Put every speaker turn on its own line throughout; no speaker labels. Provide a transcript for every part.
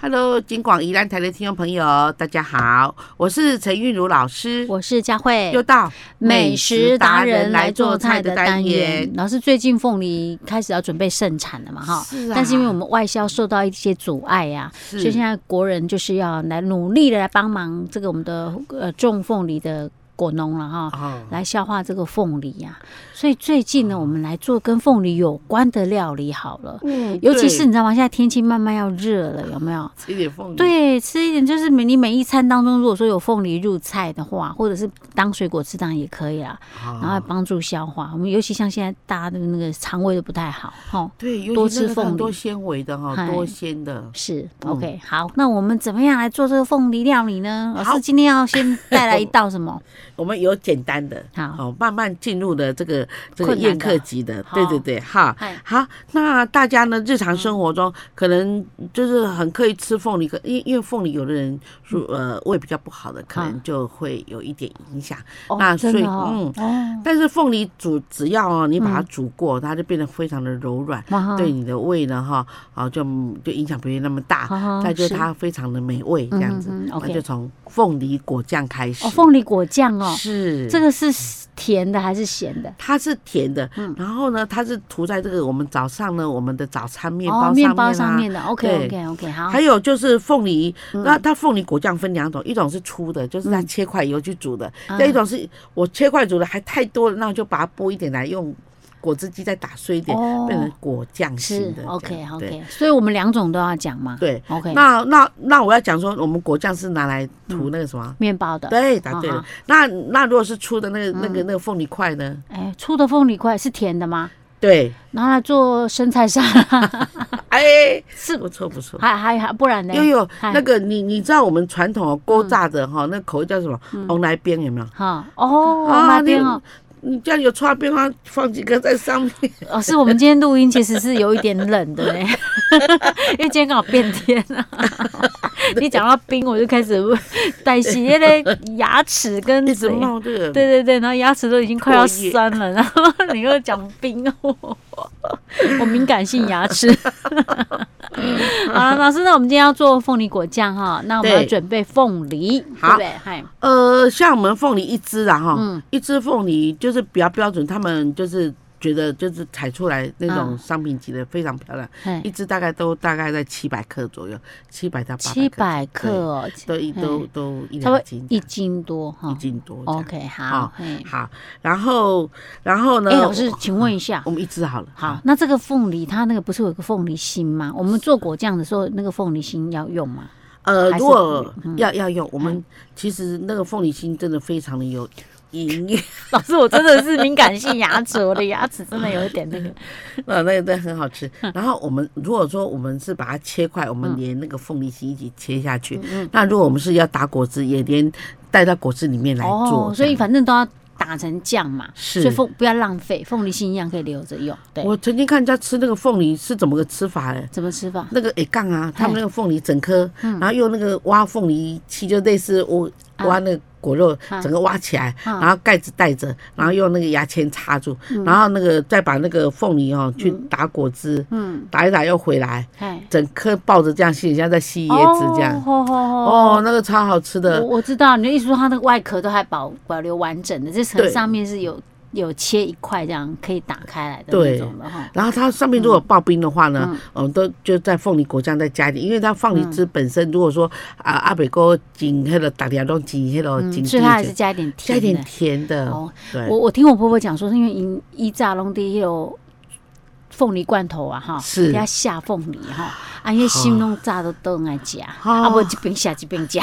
Hello，金广宜兰台的听众朋友，大家好，我是陈韵如老师，
我是佳慧，
又到
美食达人来做菜的单元。。老师，最近凤梨开始要准备盛产了嘛，哈、
是啊
但是因为我们外销受到一些阻碍呀、
是
所以现在国人就是要来努力的来帮忙这个我们的呃种凤梨的果农了哈。
哦，
来消化这个凤梨呀、所以最近呢，我们来做跟凤梨有关的料理好了。
嗯
尤其是
对
你知道吗？现在天气慢慢要热了，有没有？
吃一点凤梨，，
对，吃一点就是每你每一餐当中，如果说有凤梨入菜的话，或者是当水果吃，当然也可以啦，然后
啊，
帮助消化。我们尤其像现在大家的那个肠胃都不太好，吼。
对，尤其
多吃
那个
凤
很
梨
多纤维的哈，
嗨
多纤的。
是
嗯
，OK，、好，那我们怎么样来做这个凤梨料理呢？老
好
师今天 要先带来一道什么？
我们有简单的，
好，
哦，慢慢进入的这个这个
啊困难
宴
的
客级的，
好
对对对，哈
嗨。
好，那大家呢，日常生活中可能就是很刻意吃凤梨，可因因为凤梨有的人说
嗯
呃胃比较不好的，可能
啊
就会有一点影响。那
哦，
所
真
以
的哦，
嗯
哦，
但是凤梨煮只要哦你把它煮过，它就变得非常的柔软，
哇哈
对，你的胃呢哈啊就就影响不会那么大。
哈啊哈
再就是它非常的美味这样子，
嗯嗯嗯
那
，OK
就从凤梨果酱开始。
哦，凤梨果酱哦，
是
这个是甜的还是咸的？
它是甜的，
嗯
然后呢，它是涂在这个我们早上呢我们的早餐面
哦
包，
面
上
包
面
上
啊。
面的，OK 啊嗯 OK OK，好
还，有就是凤梨，那它凤梨果酱分两种，一种是粗的，就是
嗯
它切块油去煮的；，
啊
另一种是我切块煮的还太多了，那我就把它剥一点来用果汁机再打碎一点，
哦
变成果酱型
是
的。这
OK
样对
OK，所以我们两种都要讲嘛。
对。
，OK，
那那那我要讲说，我们果酱是拿来涂那个什么？
面包的，
对，答对
好
了
好。
那那如果是粗的那个那
嗯
个那个凤梨块呢？
哎，粗的凤梨块是甜的吗？
对，
拿来做生菜沙拉，
哎，
是
不错不错。
还还还，不然呢？哎嗯
有有
嗨
那个你你知道我们传统哦锅炸的哈，那口味叫什么？
嗯
红来边有没有？
哈哦，那边
啊
哦，
你家里有串边吗？放几个在上面。
老师，哦我们今天录音其实是有一点冷 的呢，因为今天刚好变天了。你讲到冰，我就开始带洗那个牙齿跟
一直
嘴。
冒这个。
对对对，然后牙齿都已经快要
唾液
酸了，然后你又讲冰哦，我 敏感性牙 齿。好了，老师，那我们今天要做凤梨果酱哈，那我们
对
要准备凤梨，对
好
不对？嗨，
呃，像我们凤梨一只啦哈
嗯，
一只凤梨就是比较标准，他们就是觉得就是采出来那种
嗯哎
商品级的非常漂亮，
嗨
一，只大概都大概在七百克左右，七百到八
七百克哦，
都一都
嘿
都一
差不
两
多
斤这
一
样，
斤多哈
一。斤多这样。
OK，
好
好，嘿
好，然后然后呢？
哎，老师，请问一下
我，们一只好了。
好，，那这个凤梨它那个不是有个凤梨心吗？我们做果酱的时候，那个凤梨心要用吗？
呃，
还是嗯
如果要要用，我们其实那个凤梨心真的非常的有 营养，
老师，我真的是敏感性牙齿，我的牙齿真的有一点那个。
呃，那个真的很好吃。
嗯
然后我们如果说我们是把它切块，我们连那个凤梨心一起切下去。
嗯
那如果我们是要打果汁，也连带到果汁里面来做。
哦所
这
以
样
反正都要打成酱嘛，
是
所以凤不要浪费，凤梨心一样可以留着用。对，
我曾经看人家吃那个凤梨是怎么个吃法嘞？
怎么吃法？
那个诶杠啊，他们那个凤梨整颗，然后用那个挖凤梨器，就类似我
啊
挖那个果肉，
啊
整个挖起来，
啊
然后盖子盖着，然后用那个牙签插住，然后那个再把那个凤梨哦去打果汁，
嗯，
打一打又回来，
哎，
整颗抱着这样吸，像在吸椰子这样。
哦哦
哦，那个超好吃
我
的，
我知道，你的意思说它那个外壳都还保保留完整的，这层
对
上面是有有切一块这样可以打开来的
对
那种的哈。
然后它上面如果刨冰的话呢，嗯，都就在凤梨果酱再加一点，因为它凤梨汁本身如果说啊阿北哥紧黑了打掉都紧黑了紧
嗯，
地
所以它还是
就，
加一点甜的。
加一点甜的，
哦，
对。
我我听我婆婆讲说，是因为因一炸龙地有凤梨罐头啊，哈，
是
给它下凤梨哈，啊，因为心拢炸都都爱食，
哦
啊，无一边下一边 食，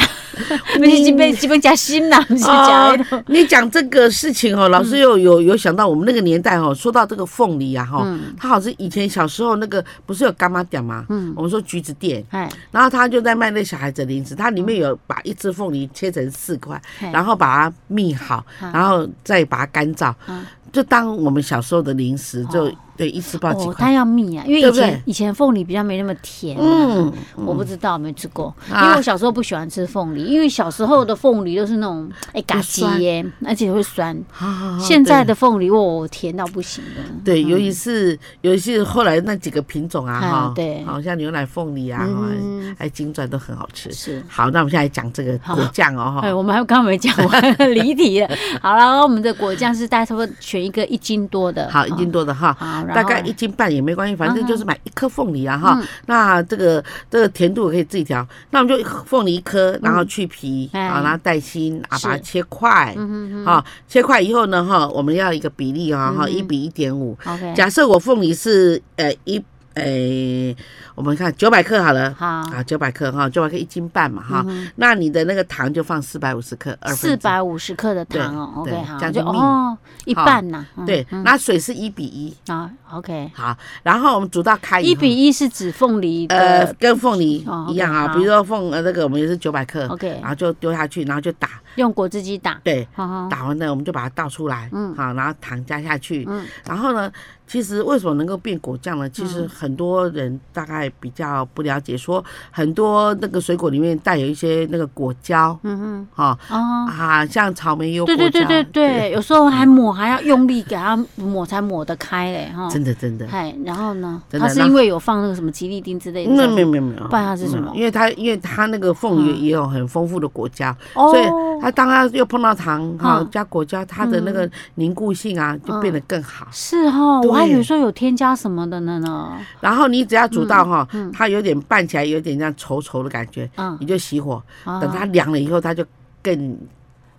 不是一边一边食心啦，不是食那种。
哦你讲这个事情
嗯
哦，老师有有有想到我们那个年代哦，说到这个凤梨啊哈，它好像以前小时候那个不是有干妈店吗？
嗯
我们说橘子店，
哎，
然后他就在卖那小孩子的零食，它里面有把一只凤梨切成四块，
嘿
然后把它密好，
哎嗯
然后再把它干燥
嗯。
就当我们小时候的零食，就
哦
对一次爆几
哦，它
块。
要蜜啊，因为
对
以
不对
前以前凤梨比较没那么甜啊。
嗯，
我不知道，没吃过，因
啊
为我小时候不喜欢吃凤梨，因为小时候的凤梨都是那种哎嘎叽耶，而且会酸。
好好好
现在
哦对
的凤梨哦，甜到不行的。
对，尤其是尤其是后来那几个品种啊，
嗯啊
哈，
对
好像牛奶凤梨啊，哈
嗯
还金钻都很好吃。
是，
好，那我们现在讲这个
好
果酱哦，
哎，
哈，
我们还有刚刚没讲完，离题 了。好了，我们的果酱是大家差不多选一个一斤多的，
好，一斤多的哈。
好，然
大
后
概一斤半也没关系，反正就是买一颗凤梨啊哈。
嗯
那这个这个甜度我可以自己调，那我们就凤梨一颗，然后去皮，
哎
啊，然后带心，啊，
是
把它切块，
嗯
啊，切块以后呢哈，我们要一个比例啊哈，一比一点五。
哼，OK，
假设我凤梨是呃一呃，我们看九百克好了。
好，嗯
啊，九百克哈，九百克一斤半嘛哈，那你的那个糖就放四百五十克，二分之
四百五十克的糖哦
对
，OK，
对
好，
将
就
近蜜
哦一
好
半呐，嗯
对，那水是一比一，
啊，OK，
好，然后我们煮到开以
一
后
比一是指凤梨
呃
的，
跟凤梨
哦，OK，
一样啊，
好
比如说凤呃那个我们也是九百克
OK
然后就丢下去，然后就打，
用果汁机打，
对，
哈哈，
打完了我们就把它倒出来，
哦嗯
好，然后糖加下去，
嗯
然后呢，其实为什么能够变果酱呢？其实很多人大概比较不了解，说很多那个水果里面带有一些那个果胶，
嗯
哈
哼，哦。
啊，像草莓也有果
对
胶，
对对对对，有时候还抹还要用力给它抹才抹得开嘞哈。
真的真的。
嗨，然后呢？
真的
它是
那
因为有放那个什么吉利丁之类的
那
在
嗯没
里
有
面，
没有没有，嗯
不然它是什么嗯
没有因为它因为它那个凤梨也有很丰富的果胶，
哦
所以它当它又碰到糖哈、
嗯
加果胶，它的那个凝固性啊、就变得更好。
是哈，我还以为
对
说有添加什么的呢呢。
然后你只要煮到哈、它有点拌起来有点像稠稠的感觉，
嗯，
你就熄火，
啊
等它凉了以后，它就更。
哎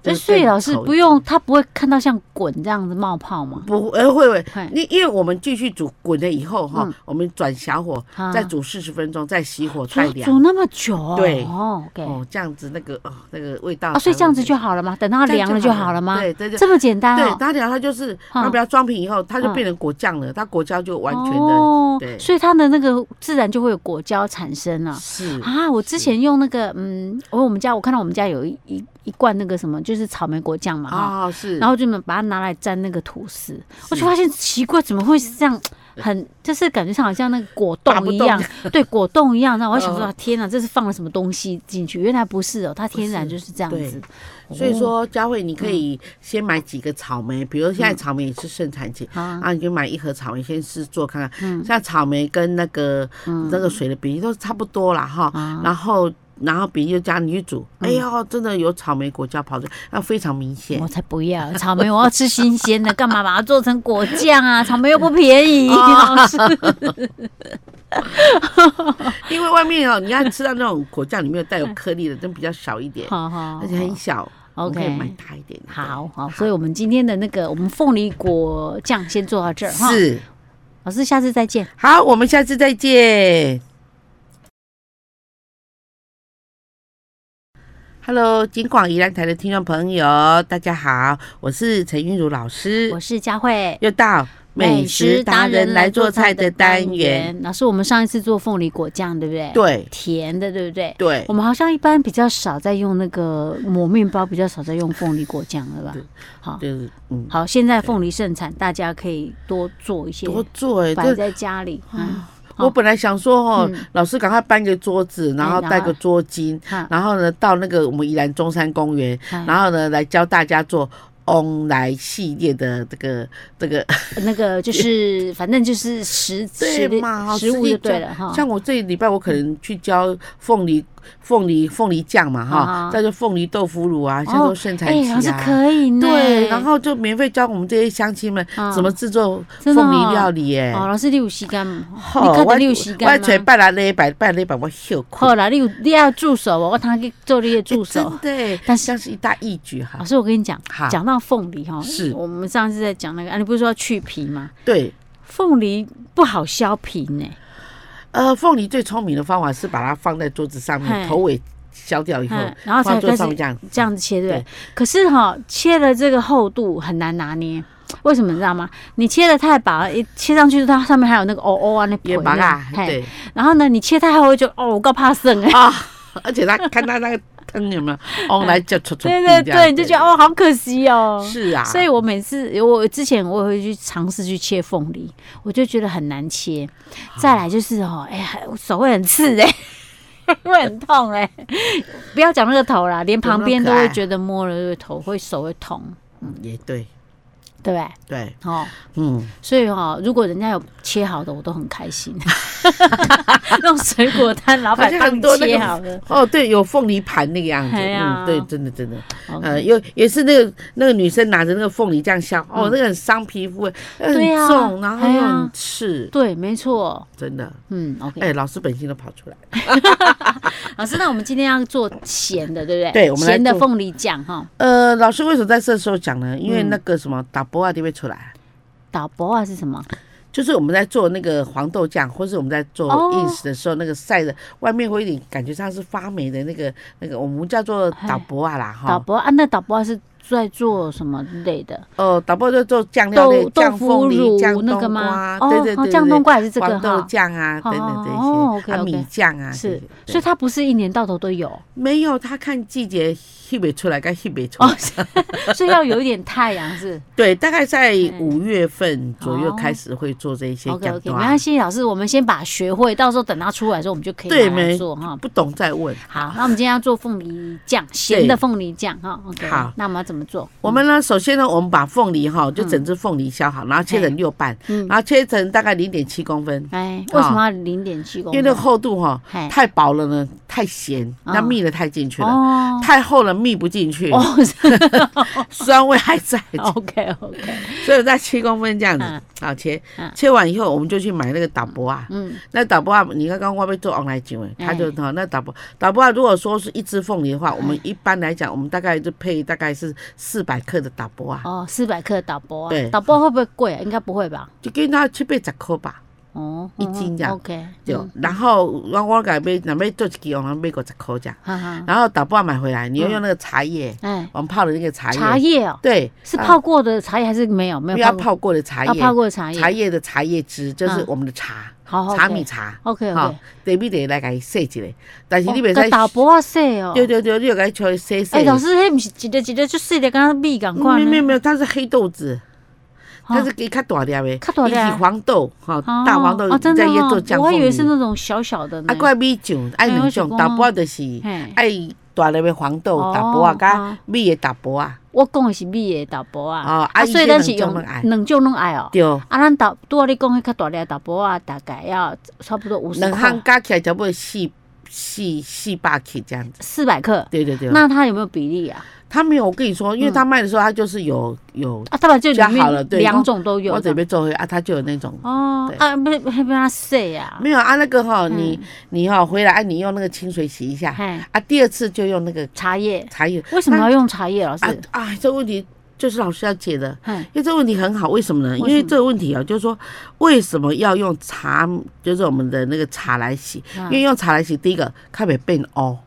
就是
所以
更
老师
稠
不用，它不会看到像滚这样子冒泡嘛？
不呃会会
嗨，
你因为我们继续煮滚了以后哈、
嗯
我们转小火、
啊
再煮四十分钟，再熄火
煮
再
煮
凉。
那么久哦？
对
哦，OK，
哦，这样子那个哦那个味道才会、
啊，所以这样子就好了吗？等到它
这样
凉了就好了吗？
对，这就
这么简单
对，
哦。
它凉它就是
嗯
它把它装瓶以后，它就
嗯
变成果酱了，它果胶就完全的
哦
对
所以它的那个自然就会有果胶产生了。
是
啊，我之前用那个，嗯，我我们家我看到我们家有一一一罐那个什么，就是草莓果酱嘛哈，
啊是，
然
后
后就把它拿来沾那个吐司，我就发现奇怪，怎么会是这样？很就是感觉上好像那个果
打
冻
不
一
动
样， 对果冻一样。那我还想说，啊
嗯
天哪，这是放了什么东西进去？原来不是哦，它天然就是这样
对
子。
所以
哦嗯
说佳慧你可以先买几个草莓，比如现在草莓也是盛产期。
啊，
啊，你就买一盒草莓先试做看
嗯
看，像草莓跟那个那个水的比例都差不多啦哈，
啊
然后然后比例就加你去煮，
嗯
哎呦，真的有草莓果胶跑出来，那非常明显
我。才不要草莓，我要吃新鲜的，干嘛把它做成果 酱啊？草莓又不便宜，
哦
老师
因为外面哦，你要吃到那种果酱里面有带有颗粒的，真比较少一点，
好好，
而且很小，我们可
嗯 OK
以买大一点的。
好好，所以我们今天的那个我们凤梨果酱先做到这儿哈。
是，
老师，下次再见。
好，我们下次再见。Hello，金广宜兰台的听众朋友，大家好，我是陈韵如老师
我，是佳慧，
又到美食达人来做菜的单元。。
老师，我们上一次做凤梨果酱，对不对？，
对
甜的，对不对？
对
我，们好像一般比较少在用那个抹面包，比较少在用凤梨果酱了吧？好，
就是嗯，
好，现在凤梨盛产，大家可以多做一些，
多做哎、
摆
这
在家里。嗯，
我本来想说哦，老师赶快搬个桌子，哎然后带个桌巾，
好
然后呢到那个我们宜兰中山公园，
哎
然后呢来教大家做。翁来系列的这个这个
那 个就是，反正就是食食
对嘛，
的
哈
食物就
实际
对
教
了哈。
像我这礼拜我可能去教凤梨凤梨凤梨酱嘛
啊
哈
哈，
再就凤梨豆腐乳啊，现在都盛产
哎，
期
老师
啊。
可以呢。
对，然后就免费教我们这些乡亲们
嗯
怎么制作
真的哦
凤梨料理耶。
哦，老师你有时间吗？
好
你看
我
得你有时间
我找
吗？
拜六礼拜拜六礼拜我休困。哎
好啦，你有你要助手哦，我通去做你的助手。
对，
但
但
是哦
是像是一大义举哈
老。师，我跟你讲
好，
讲到凤梨哈，
是
我们上次在讲那个，啊，你不是说要去皮吗？
对，
凤梨不好削皮呢，
呃，凤梨最聪明的方法是把它放在桌子上
嘿
面，头尾削掉以后
嗯，然后才
放桌
开
上
始
面这样。
这样子切对不对
对？
可是哈，切了这个厚度很难拿捏，为什么你知道吗？你切的太薄，一切上去它上面还有那个哦哦啊那皮
也麻辣，
嘿
对
然后呢，你切太厚就哦，我够怕剩哎。
啊，而且他看他那个汤有 没有？哦，来就 出出
对对对，你就觉得哦，好可惜哦。
是啊，
所以我每次我之前我也会去尝试去切凤梨，我就觉得很难切。
啊
再来就是哦，哎、呀，手会很刺哎、 会很痛哎、不要讲那个头啦，连
有没有
旁边
可
都会
爱
觉得摸了个头会手会痛，
也对
对不对？
对，
哦，
嗯，
所以哦，如果人家有切好的，我都很开 心。那种水果摊老板
好像
帮
很
你
多那
切
个
好的，
哦，对，有凤梨盘那个样子，
哎呀
嗯，对，真的真的，
哦
呃，有也是那个那个女生拿着那个凤梨这样削，哦，那个很伤皮肤，很
嗯对啊
重，然后
哎
又
呀
很刺，
对，没错，
真的，
嗯，OK。
哎，老师本性都跑出来，
老师，那我们今天要做咸的，对不对？
对我们来
咸的
做
凤梨酱哈，
呃，老师为什么在这时候讲呢？因为那
嗯
个什么打波啊就会出来。
导博啊是什么？
就是我们在做那个黄豆酱，或是我们在做
哦
意式的时候，那个晒的外面会有点感觉上是发霉的那个那个，我们叫做打博啊啦哈。
导博啊，那导博啊是在做什么类的？
哦，打博就做酱料类
豆，豆
酱
腐
凤
乳
梨、酱
那
冬
个吗
瓜，？
哦
对对对
哦
对，
酱冬瓜也是这个
黄豆
哈，
酱啊等等
哦
这些，
，OK，OK
啊米酱啊这
是
些，。对
所以它不是一年到头都有
没有，它看季节 hit 不出来，该 hit 不出
哦
来。，
所以要有一点太阳是
对，大概在
哎
五月份左右开始会做 这些
OK
酱
OK，
冬
没
瓜
关，系，老师，我们先把它学会，到时候等它出来的时候，我们就可以
对
拿来
没
做哈。
不懂再问。
好，那我们今天要做凤梨酱，咸的凤梨酱哈。OK，
好
那我们要怎么做？
我们呢，首先呢，我们把凤梨哈，就整只凤梨削好，然后切成六瓣，
嗯
然后切成大概零点七公分，
哎，为什么要零点七公
哦因为
分？
那个厚度哈
嘿
太薄了呢，太咸，
嗯
那蜜的太进去了，
哎哦
太厚了蜜不进去，
哦 是
酸味还在，
哦 ，OK OK，
所以在七公分这样子
嗯，
好切
嗯，
切完以后我们就去买那个打薄啊。
嗯，哎
那打薄啊，你刚刚外面做 online 酒，他就哈那打薄打薄啊，如果说是一只凤梨的话，我们一般来讲，我们大概就配大概是四百克的打薄啊，
哦，四百克导播啊
对，
导播会不会贵啊？应该不会吧？
就给他七八十克吧。
哦，
一
嗯
斤这样
o k
对，然后我我改买，那买做一支，我买五十块这样。
哈哈，
然后打包买回来，你要用那个茶叶，
哎，
我们泡的那个茶叶，
茶叶哦，
对，
是
啊
泡过的茶叶还是没有？没
不
有
要
过
泡过的茶
啊，
叶，
泡过的茶叶，
茶叶的茶叶汁就是
嗯
我们的茶，
好好
茶米茶，
，OK
哈
OK，，
得必得来给它洗一下，但是你别
个
使，
导播啊细哦，
对对对，你要给它稍微洗洗
哎，。老师，那不是一个一个就细的，跟刚米赶快
没有没有
呢，
没有，它是黑豆子，
哦
它是给它大粒的，
较大粒
比起黄豆哈，
哦
大黄豆
哦，真的
再腌做
哦
酱
我
凤
还以为是
梨。
那种小小的
啊，，
呢
怪米酱，爱两种，
嗯哎嘿我是讲
打包就是
嘿
爱大粒的黄豆打包啊，
哦
甲
哦
米的打包啊，
我讲的是米的导播啊，
哦，
啊，
伊
所以
这
咱是
两
用
种拢爱，
两种拢爱哦。
对，
啊，咱导拄仔你讲迄较大粒的导播啊，大概要差不多五十
两
块
项，加起来差不多四四四百克这样子。
四百克。
对对对，
那它有没有比例啊？
他没有，我跟你说，因为他卖的时候，他就是有有，
啊，当然就里
加好了
面
对
两种都有
我
这
准
样。
备做回啊，他就有那种。
哦
对，
啊，不是不是不要细啊，
没有啊，那个哈，
嗯
你你哈回来，啊你用那个清水洗一下
嘿，
啊，第二次就用那个
茶叶
茶叶
为什么要用茶叶？老
啊
师，
啊，这问题就是老师要解的。
嘿，
因为这个问题很好，为什么呢？因
为
为
什么
这个问题啊，就是说为什么要用茶，就是我们的那个茶来洗？
啊
因为用茶来洗，第一个它会变乌，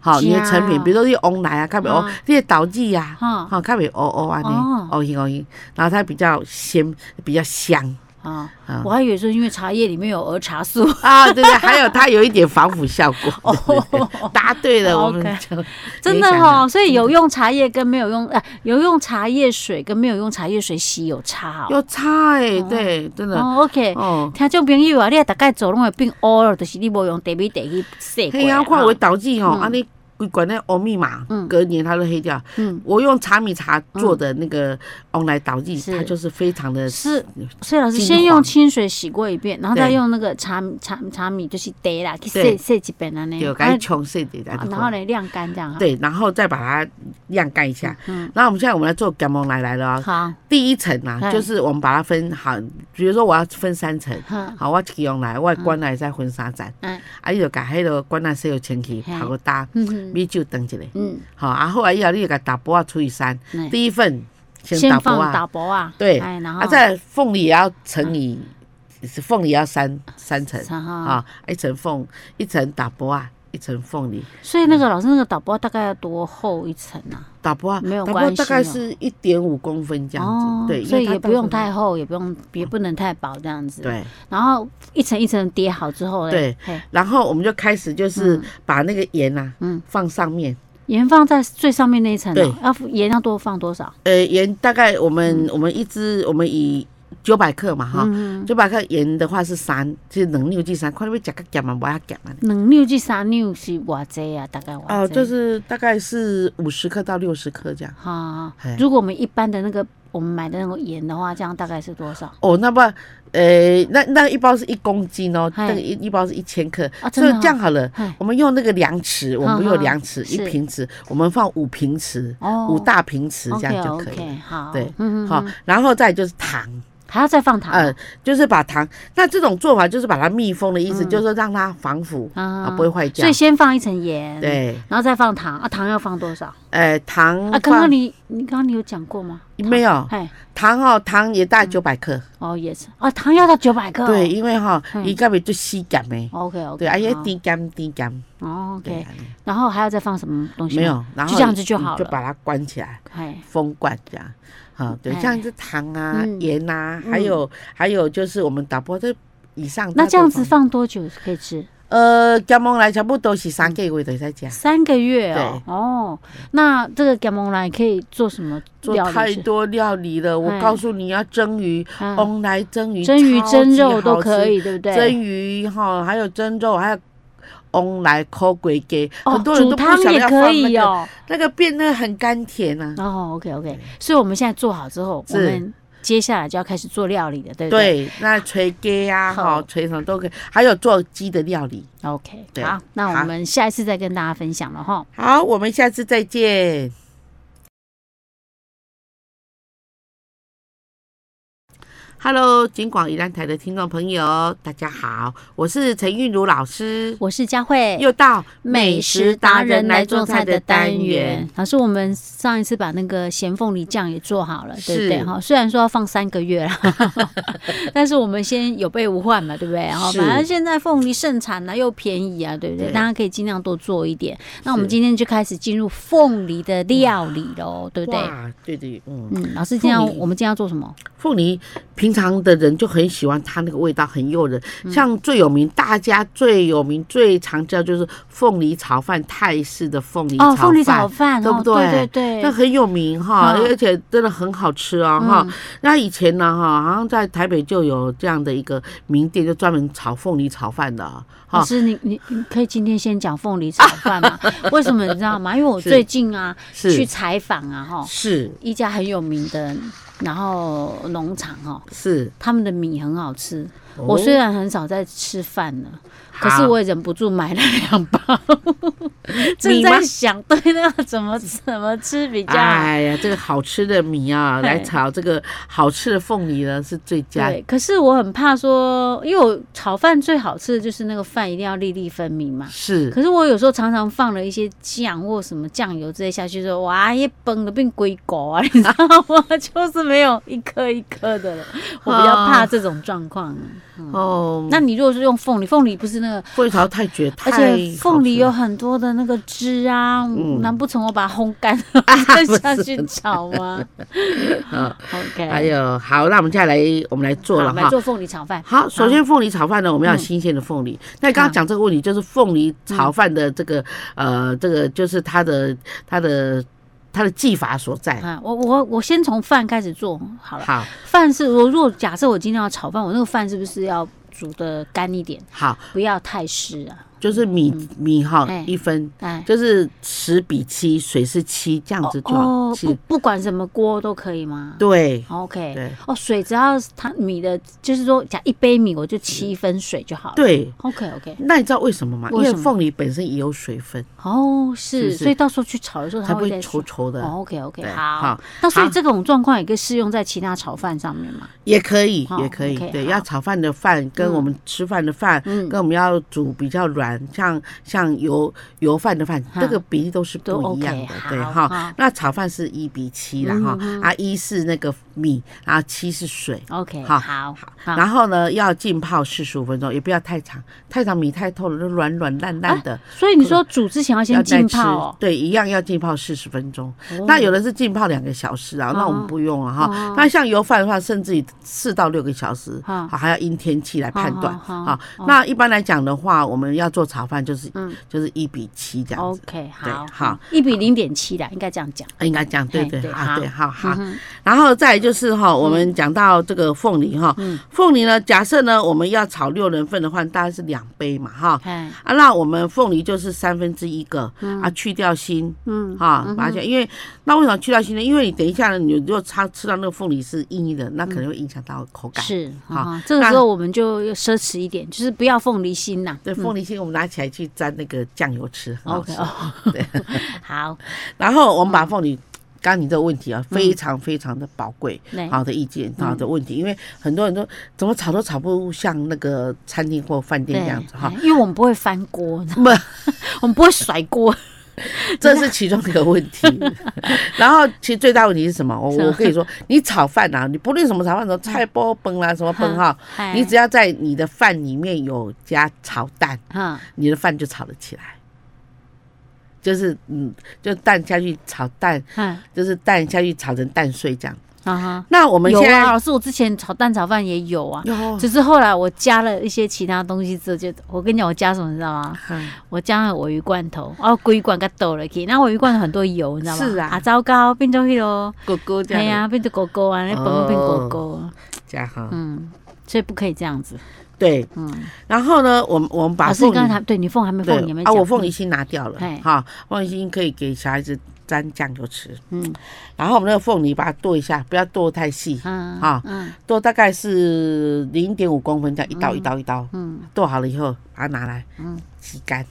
好，你的成
是
品，
啊
比如说你翁来啊，它会乌
啊，
你的导剂呀，
哈
好，它会乌乌啊，
哦
你乌型乌型，然后它比较鲜，比较 香
啊
啊，
我还以为说因为茶叶里面有儿茶 素。
啊，对对，还有它有一点防腐效果。对对对 答对了，我们
哦 OK
就
真的哦
联想
哈、
到嗯
所以有用茶叶跟没有用，呃，有用茶叶水跟没有用茶叶水洗有差哦。
有差哎，对，真的
哦，OK，
哦。
听众朋友啊，你也大概做拢会变乌了，就是你无用第米第去洗过
黑啊，
啊。
看
哈
我导致吼，啊你规管那欧密码，隔年它都黑掉。
嗯
我用茶米茶做的那个翁来导剂，
是
它就是非常的
是，所以老师
金
先用
黄
清水洗过一遍，然后
对
再用那个茶茶茶米就是滴啦，去洗
对
洗几遍啊呢，
有
啊
该穷碎的，
啊然后呢晾干这样啊哈。
对，然后再把它晾干一下。
嗯，
然后我们现在我们来做干蒙来来了哦，
好，
第一层啊，
嗯
就是我们把它分好，比如说我要分三层。
哼，
好，我一用来，我的管来再分三层，
嗯
啊，你就甲迄个管来洗有清气，
嘿
泡个干，
嗯
米酒炖一下，
嗯，
好，啊，后来以后你就甲打包啊除以三，
嗯
第一份先打
先
包
放
啊，
打薄啊，
对
哎，然后嗯
啊，再来凤梨也要乘以，是凤梨要三三层
然后
啊，一层凤，一层打薄啊，一一层凤梨，
所以那个老师那个导播大概要多厚一层啊？
打不啊，
没有
打不
关
大
系
概
哦
是一点五公分这样子，对，因
所
为
以
它
也
到
不
时
用
候
太厚，也不用也不能太薄这样子。，
对。
然后一层一层叠好之后嘞，对，
然后我们就开始
嗯
就是把那个盐啊，嗯，放上面，
盐放在最上面那一层
对
哦，要盐要多放多少？
呃，盐大概我们、
嗯
我们一支我们以九百克嘛哈，九百、克盐的话是三，就是能量剂三，看你要加个减嘛，不要减嘛。
两六至三六是偌济啊？大概偌济？
哦，就是大概是五十克到六十克这样。
哈
嘿，
如果我们一般的那个我们买的那个盐的话，这样大概是多少？
哦，那么，呃，那那一包是一公斤哦，
嗨
那个一一包是一千克，
啊
所以
真的哦
这样好了
嗨，
我们用那个量匙，我们不用量匙，
哈哈
一
是
平匙，我们放五平匙，
哦
五大平匙这
OK
样就可
OK，
以了。
好，
对
嗯
好，然后再就是糖，
还要再放糖
呃，就是把糖，那这种做法就是把它密封的意思，就是说让它防腐啊，
嗯啊
不会坏掉
所以。先放一层盐，，
对，
然后再放糖啊，糖要放多少啊？
呃，糖
刚刚
放
你你刚刚你有讲过吗？
没有
哎，
糖哦，糖也大概九百克，
哦也是啊，糖要到九百克哦，
对，因为哈，
嗯
一个比就吸感没，
，OK OK，
对，而且低甘低甘，
哦
对
OK，
啊，
然后还要再放什么东西吗？
没有，然后
就这样子就
你
好
就
了，
把它关起来，
哎，
封罐这样，啊，对，
哎
像是糖啊、
嗯
盐啊，
嗯
还有还有就是我们打破这以上，
那这样子，放多久可以吃？
呃，加盟来全部都是三个月都在加。
三个月哦，哦，那这个甘蒙兰可以做什么
做
料理
太
吃
多料理了，我
哎
告诉你要蒸鱼、
啊
翁来蒸鱼、
蒸鱼、
哦超级
蒸肉都
好吃
可，以，对不对？
蒸鱼哈，还有蒸肉，还有翁来抠鬼给，
哦
很，多人
煮
都不
汤
想
也
要
可
放那
以
个，
哦。
那个变得很甘甜啊。
哦，OK OK，所以我们现在做好之后，我
是
们接下来就要开始做料理了，对不对
对，那捶鸡啊，哈
好，
捶什么都可以，还有做鸡的料理。
o k
对
好，那我
好
们下一次再跟大家分享了哈。
好，我们下次再见。Hello，金广宜兰台的听众朋友，大家好，我是陈韵如老师。
我是佳慧，
又到
美食达人来做菜的单元。。老师，我们上一次把那个咸凤梨酱也做好了，对不对？
是
哈，虽然说要放三个月啦， 但是我们先有备无患嘛，对不对？哈，
是
反正现在凤梨盛产呢、又便宜啊，对不对？
对
大家可以尽量多做一点。那我们今天就开始进入凤梨的料理喽，对不对？
哇，对对，嗯，
嗯，老师，今天要
凤梨
我们今天要做什么？
凤梨平常的人就很喜欢它那个味道，很诱人。
嗯
像最有名，大家最有名、最常知道就是凤梨炒饭，泰式的凤梨
哦，
炒
凤梨炒
饭。
饭，
对不
哦
对
对
那
对
很有名哈，
嗯
而且真的很好吃哦哈。
嗯
那以前呢哈，好像在台北就有这样的一个名店，就专门炒凤梨炒饭的
老
哈。
师，你你你可以今天先讲凤梨炒饭 吗？为什么你知道吗？因为我
是
最近啊去
是
采访啊，哈，
是
一家很有名的，然后农场哦，
是，
他们的米很好吃。
哦
我虽然很少在吃饭了，可是
好
我也忍不住买了两 包。正
米吗
在想，对，那要怎么怎么吃比较好？
哎呀，这个好吃的米啊，来炒这个好吃的凤梨呢是啊最佳。
对，可是我很怕说，因为我炒饭最好吃的就是那个饭一定要粒粒分明嘛。
是
可是我有时候常常放了一些酱或什么酱油之类下去之后，哇，一崩的变龟狗啊，你 知道吗？就是没有一颗一颗的了，我比较
啊
怕这种状况。啊
哦，
那你如果是用凤梨，凤梨不是那个，
凤梨炒太绝，
而
太
且凤梨有很多的那个汁啊，
嗯
难不成我把它烘干 再下去炒吗
嗯
？OK，
还有好，那我们再来，我们来做
好，
了
我们
哈。
做凤梨炒饭。
好，首先凤梨炒饭呢，我们要有新鲜的凤
嗯
梨。那刚刚讲这个问题，就是凤梨炒饭的这个
嗯
呃，这个就是它的它的它的技法所在。
啊，我我我先从饭开始做好了。
哎好
饭是我如果假设我今天要炒饭，我那个饭是不是要煮的干一点？
好，
不要太湿啊！
就是米米哈
哎
一分，
哎，
就是十比七，水是七，这样子就好
哦，不
是。
不管什么锅都可以吗？
对
OK，
对
哦，水只要是它米的，就是说，假一杯米我就七分水就好了。
对。
，OK OK，
那你知道为什么吗？因
为
为
什么
凤梨本身也有水分，
哦
是
是，
是
所以到时候去炒的时候
才
它
不会
会再
稠
出。
稠的。
哦，OK OK，
对
好
好，
那所以
好
这种状况也可以适用在其他炒饭上面嘛？
也可以，
哦
也可以，
OK，
对，
好
要炒饭的饭跟我们吃饭的饭，
嗯
跟我们要煮比较软，像像油油饭的饭，
嗯
这个比例都是
都
不一样
OK，
的，
好嗯
对哈
好。
那炒饭是一比七啦哈，啊一是那个米，然后七是水。
OK，
好
好哦好，
然后呢，要浸泡四十五分钟，也不要太长，太长米太透了，就软软烂烂的，
所以你说煮之前要
要再
先浸
吃
泡哦。
对，一样要浸泡四十分钟。那有的是浸泡两个小时啊，那
哦
我们不用了哈。那像油饭的话，甚至于四到六个小时，
哦
好，还要因天气来判断
哦哦嗯
啊。那一般来讲的话，我们要做炒饭就是就是一比七这样子，
OK，
对
好
好，
一比零点七啦，应该这样讲。
应该这样对
嘿
对
对
啊
好嗯
对，好好。然后再来就是哈，我们讲到这个凤梨哈，
嗯
凤梨呢，假设呢我们要炒六人份的话，大概是两杯嘛哈。
哎，
啊，那我们凤梨就是三分之一个、啊，去掉心，嗯，哈、把它去，因为那为什么去掉心呢？因为你等一下呢，你如果吃吃到那个凤梨是硬硬的，那可能会影响到口感。
嗯是
好
啊，这个
那
时候我们就要奢侈一点，就是不要凤梨 心呐。
对，凤梨心我们拿起来去沾那个酱油吃，很好
嗯 OK，
吃。
哦， 嗯好，
然后我们把凤梨，刚刚你这个问题啊，非常非常的宝贵，
嗯对嗯
好的意见，好的问题，因为很多人都怎么炒都炒不像那个餐厅或饭店
对
这样子哈
哎。因为我们不会翻锅，你知道
不，
我们不会甩锅。
这是其中一个问 题。然后其实最大问题是什么？我
什么嗯
我跟你说，你炒饭啊，你不论什么炒饭，什么菜包崩啦，什么崩哈，
哎
你只要在你的饭里面有加炒蛋，
嗯，
你的饭就炒得起来。就是嗯，就蛋下去炒蛋，
嗯
就是蛋下去炒成蛋碎这样。
啊哈，
那我们
有
现在嗯
啊，老师，我之前炒蛋炒饭也有啊。
有
只是后来我加了一些其他东西之后，就我跟你讲，我加什么你知道吗？
嗯
我加了尾鱼罐头，哦，鲑鱼罐给倒了去，那尾鱼罐头很多油，你知道吗？
是啊
啊糟糕，变成迄咯，
狗狗这
哎
样，
呀，变成狗狗啊，那本
哦
变狗狗，
这样哈，
嗯，所以不可以这样子。
对，
嗯，
然后呢，我们我们把
老师你
凤
刚
梨
才对你凤还没
对
凤，你没
啊，
讲嗯哎
我凤梨，心拿掉了
嘿，
哈，凤梨心可以给小孩子沾酱油吃。
嗯
然后我们那个凤梨把它剁一下，不要剁太细，
嗯
哈
嗯
剁大概是零点五公分这样，一刀一刀一刀，
嗯，
剁好了以后把它拿来，
嗯
挤干，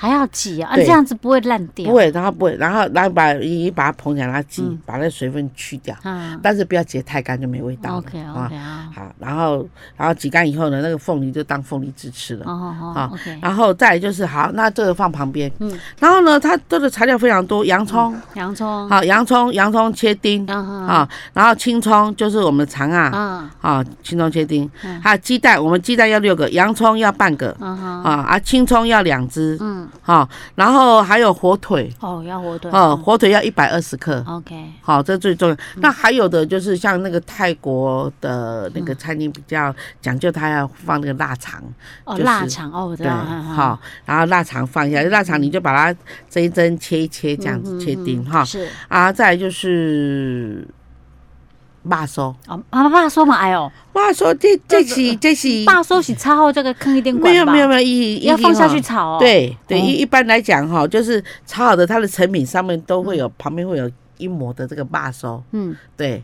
还要挤啊，啊
对
这样子不会烂掉。
不会，然后不会，然后然后把你把它捧起来，然后挤
哦嗯，
把那水分去掉，
嗯
但是不要挤得太干就没味道了
，OK OK 啊，
好，然后然后挤干以后呢，那个凤梨就当凤梨汁吃了。
哦哦
好
OK，
然后再来就是好，那这个放旁边。
嗯
然后呢，它这个材料非常多，洋葱，
洋葱，
好，洋葱，洋葱切丁
啊
啊，然后青葱就是我们长啊，
啊
啊，青葱切丁
嗯，
还有鸡蛋，我们鸡蛋要六个，洋葱要半个，
啊哈，
啊啊，青葱要两只，
嗯，
哈，然后还有火腿，
哦，嗯要火腿，
哦，火腿要一百二十克。
，OK，
好，这最重要。那还有的就是像那个泰国的
嗯
那个餐厅比较讲究，它要放那个腊肠，
哦，
就是
腊肠，哦，我知
对，
道，嗯，
好，然后腊肠放一下，腊肠你就把它蒸一蒸，切一切，这样子切丁
嗯
哈。
是，
啊，再来就是麻酥，
哦，爸爸说嘛，哎呦，
麻酥这这是这是
爸说是插后这个坑一点管
没有
吧
没有没有，一一
要
定
放下
哈
去炒哦，，
对对，
哦
一一般来讲哈，就是炒好的它的成品上面都会有旁边会有一抹的这个麻酥，
嗯，
对，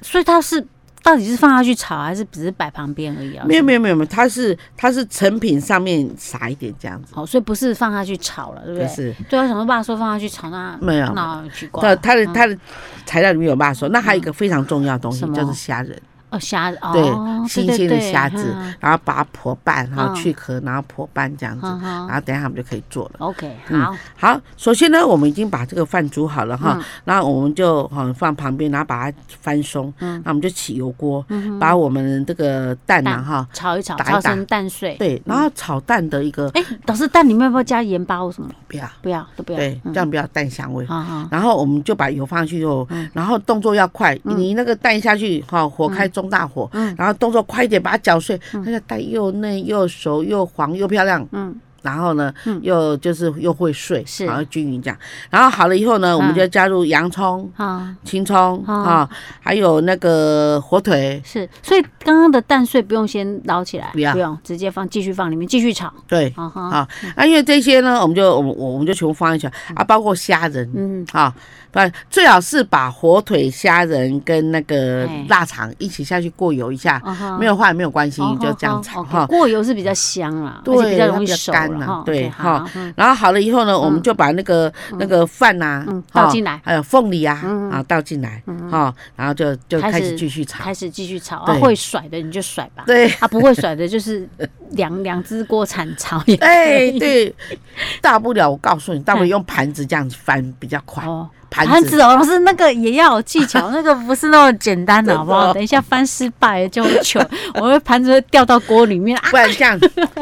所以它是到底是放下去炒，还是只是摆旁边而已啊？
没有没有没有，没有它是它是成品上面撒一点这样子，
好，哦所以不是放下去炒了，对不
就
对？
是
对啊，我想说爸说放下去炒，那
没有
那奇怪
它
了。
它的它的材料里面有麻酥，那还有一个非常重要的东西
什么
就是虾仁，
哦，虾子哦，
对，新鲜的虾子，然后把它破拌，然后
嗯
去壳，然后破拌这样子，
嗯
然后等一下我们就可以做了。
OK，
嗯
好，
好，首先呢，我们已经把这个饭煮好了哈，
嗯
然后我们就哈放旁边，然后把它翻松，
嗯
那我们就起油锅，把我们这个蛋啊
蛋
哈，
炒一炒，
打一
炒
打
成蛋碎。
对，然后炒蛋的一个
哎，老师，蛋里面要不要加盐巴或什么？
不要，
不要，都不要。嗯
对，这样不要蛋香味。
好好，
然后我们就把油放上去以后，
嗯
然后动作要快，你那个蛋下去哈，火开
嗯
中大火，然后动作快一点，把它搅碎，那个蛋又嫩又熟又黄又漂亮，
嗯，
然后呢，又就是又会碎，
是
然后均匀这样。然后好了以后呢，我们就加入洋葱、
好，
青葱
哦
啊，还有那个火腿，
是。所以刚刚的蛋碎不用先捞起来，
不要
用，直接放，继续放里面，继续炒。
对。
啊哈，
啊，那因为这些呢，我们就我们我我们就全部放进去啊，包括虾仁
嗯，
啊，不然最好是把火腿、虾仁跟那个
哎
腊肠一起下去过油一下，
啊哈
没有坏没有关系，
哦
就这样炒
炒。
哈
OK，。过油是比较香啦，
对
而且比较容
它
易
比较
熟
干
了
啦
哈。
对
OK，好
哈，
嗯
然后好了以后呢，我们就把那个那个饭呐
嗯，
哈
倒进来嗯
还有凤梨啊啊倒进来，哈，然后就就
开
开
始
始继续炒。
开始继续炒，
对
啊，会甩的你就甩吧。
对，
啊，不会甩的，就是两两只锅铲 炒也可以
哎 哎，对，大不了我告诉你，大不了用盘子这样子翻比较快。
哦，
盘
盘
子
子哦，老师那个也要有技 巧，那个不是那么简单的，
真的
好不好？
哦
等一下翻失败了就会糗，我会盘子会掉到锅里面啊。
不然这样，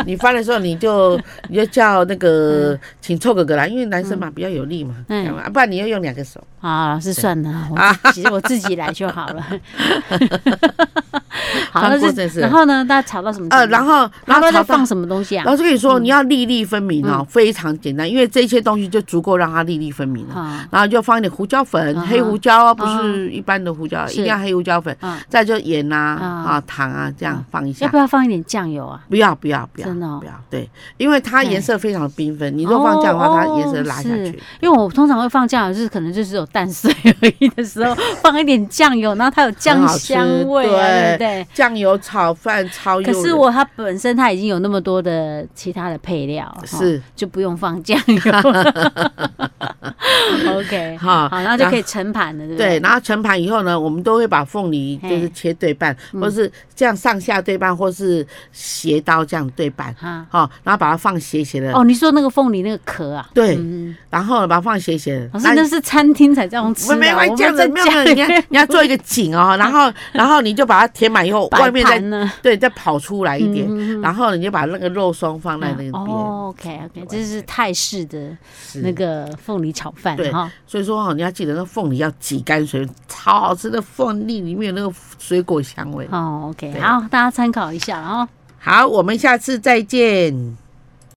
你翻的时候你就你就叫那个，请凑哥哥来，因为男生嘛比较有力嘛，
嗯
这样嘛，不然你要用两个手。
啊，老师算了， 我自己我自己来就好了。 好，
韩
那
国
是
真是
然后呢？大家吵到什么程度？
呃，然后然
然
后
后
炒饭
在嗯放，什么东西啊
老？师跟你说，你要粒粒分明哦，非常简单，因为这些东西就足够让它粒粒分明了。
啊，
然后就放一点胡椒粉，
嗯哼
黑胡椒哦，不
嗯
是一般的胡椒，
是
一定要黑胡椒粉
嗯。
再就盐啊
嗯
啊糖啊这样放一
要
下
不。要放一点酱油啊？
不要不要不要，
真的哦
不要对，因为它颜色非常缤纷，你如果放酱的话，
哦
它颜色
哦
拉下
是
去。
因为我通常会放酱油，就是可能就是有淡水而已的时候，放一点酱油，然后它有酱
很好吃
香味啊，对
对
不对？
酱油炒饭超诱
可
人。
是我它本身它已经有那么多的其他的配料，哈
是
就不用放酱油了。OK，
哈
好，然后就可以盛盘了，对不
对，
对？
然后盛盘以后呢，我们都会把凤梨就是
嘿嗯
切对半，或是这样上下对半，或是斜刀这样对半，
哈，
好、然后把它放斜斜的，
哦，你说那个凤梨那个壳啊？
对
嗯，
然后把它放斜斜的。
老师那是餐厅才这样吃
我
的，
没关
我
系，
们
这样子
在
没有没
家
有，
里
你要你要做一个井 哦，然后然后你就把它填满以后，
摆
外面再
盘呢
对再跑出来一点，
嗯
然后你就把那个肉松放在那边。
哦，OK OK，这是泰式的
是
那个凤梨炒饭
对
哈。
所以说哦，你要记得那凤梨要挤干水，超好吃的凤梨里面有那个水果香味。
哦，OK，
对
哦好，大家参考一下，然后。
好，我们下次再见。